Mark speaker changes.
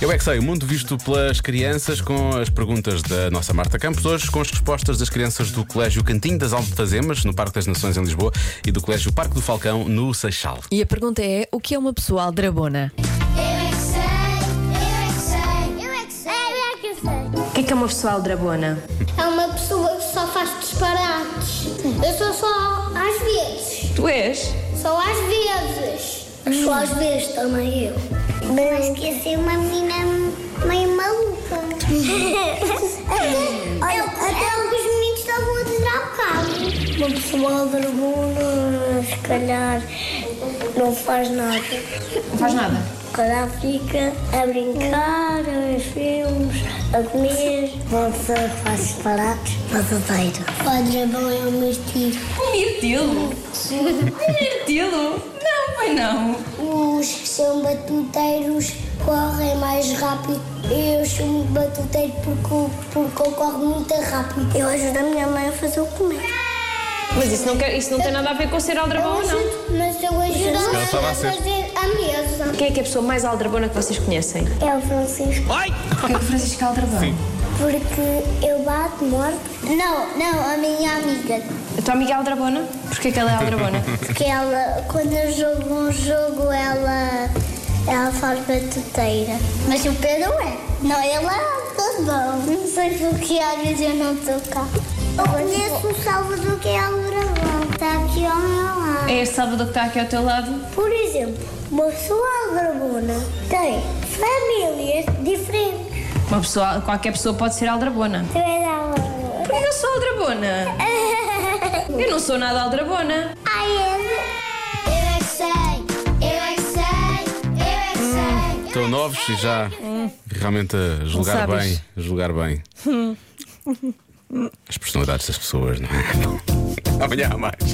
Speaker 1: Eu é que sei, o mundo visto pelas crianças com as perguntas da nossa Marta Campos, hoje com as respostas das crianças do Colégio Cantinho das Alfazemas, no Parque das Nações em Lisboa, e do Colégio Parque do Falcão, no Seixal.
Speaker 2: E a pergunta é: o que é uma pessoa aldrabona?
Speaker 3: Eu é que sei, eu é que sei, eu é que sei, eu é que sei.
Speaker 4: O que é que é uma pessoa aldrabona?
Speaker 3: É uma pessoa que só faz disparates. Eu sou só às vezes.
Speaker 4: Tu és? Hum.
Speaker 3: Só às vezes. Só às vezes também eu. Mas acho que ser uma menina meio maluca. até, os meninos estavam a dizer há bocado. Uma pessoa vergonha, se calhar, não faz nada.
Speaker 4: Não faz nada.
Speaker 3: Quando fica a brincar, a ver filmes, a comer. Uma pessoa que faz separados, batateiro. Padre é bom, é o meu estilo.
Speaker 4: Um mirtilo? Um mirtilo? Não, pois não.
Speaker 3: Os que são batuteiros correm mais rápido. Eu chamo batuteiro porque, porque eu corro muito rápido. Eu ajudo a minha mãe a fazer o comer.
Speaker 4: Mas isso não, quer- isso não tem nada a ver com ser aldrabona, É não.
Speaker 3: mas eu ajudo a
Speaker 1: Ela estava a ser.
Speaker 3: a mesa.
Speaker 4: Quem é que é a pessoa mais aldrabona que vocês conhecem?
Speaker 3: É o Francisco.
Speaker 4: Porque é o Francisco é aldrabona? Sim.
Speaker 3: Porque eu bato morto. Não, não, a minha amiga.
Speaker 4: A tua amiga é aldrabona? Porquê que ela é aldrabona?
Speaker 3: Porque ela, quando eu jogo um jogo, ela, ela faz batuteira. Mas o Pedro é. Não, ele é todo bom. Não sei porque às vezes eu não estou cá. Eu conheço o Salvador que é aldrabão. Está aqui ao meu lado.
Speaker 4: é este Salvador que está aqui ao teu lado?
Speaker 3: Por exemplo, uma pessoa aldrabona tem famílias diferentes.
Speaker 4: Uma pessoa, qualquer pessoa pode ser aldrabona.
Speaker 3: Tu és aldrabona.
Speaker 4: Eu não sou aldrabona. Eu não sou nada aldrabona.
Speaker 3: Ai, eu é que sei, eu é que sei, eu é que sei.
Speaker 1: Estão novos e já realmente a julgar
Speaker 2: Não sabes.
Speaker 1: bem, a julgar bem as personalidades das pessoas, não é? Amanhã há mais.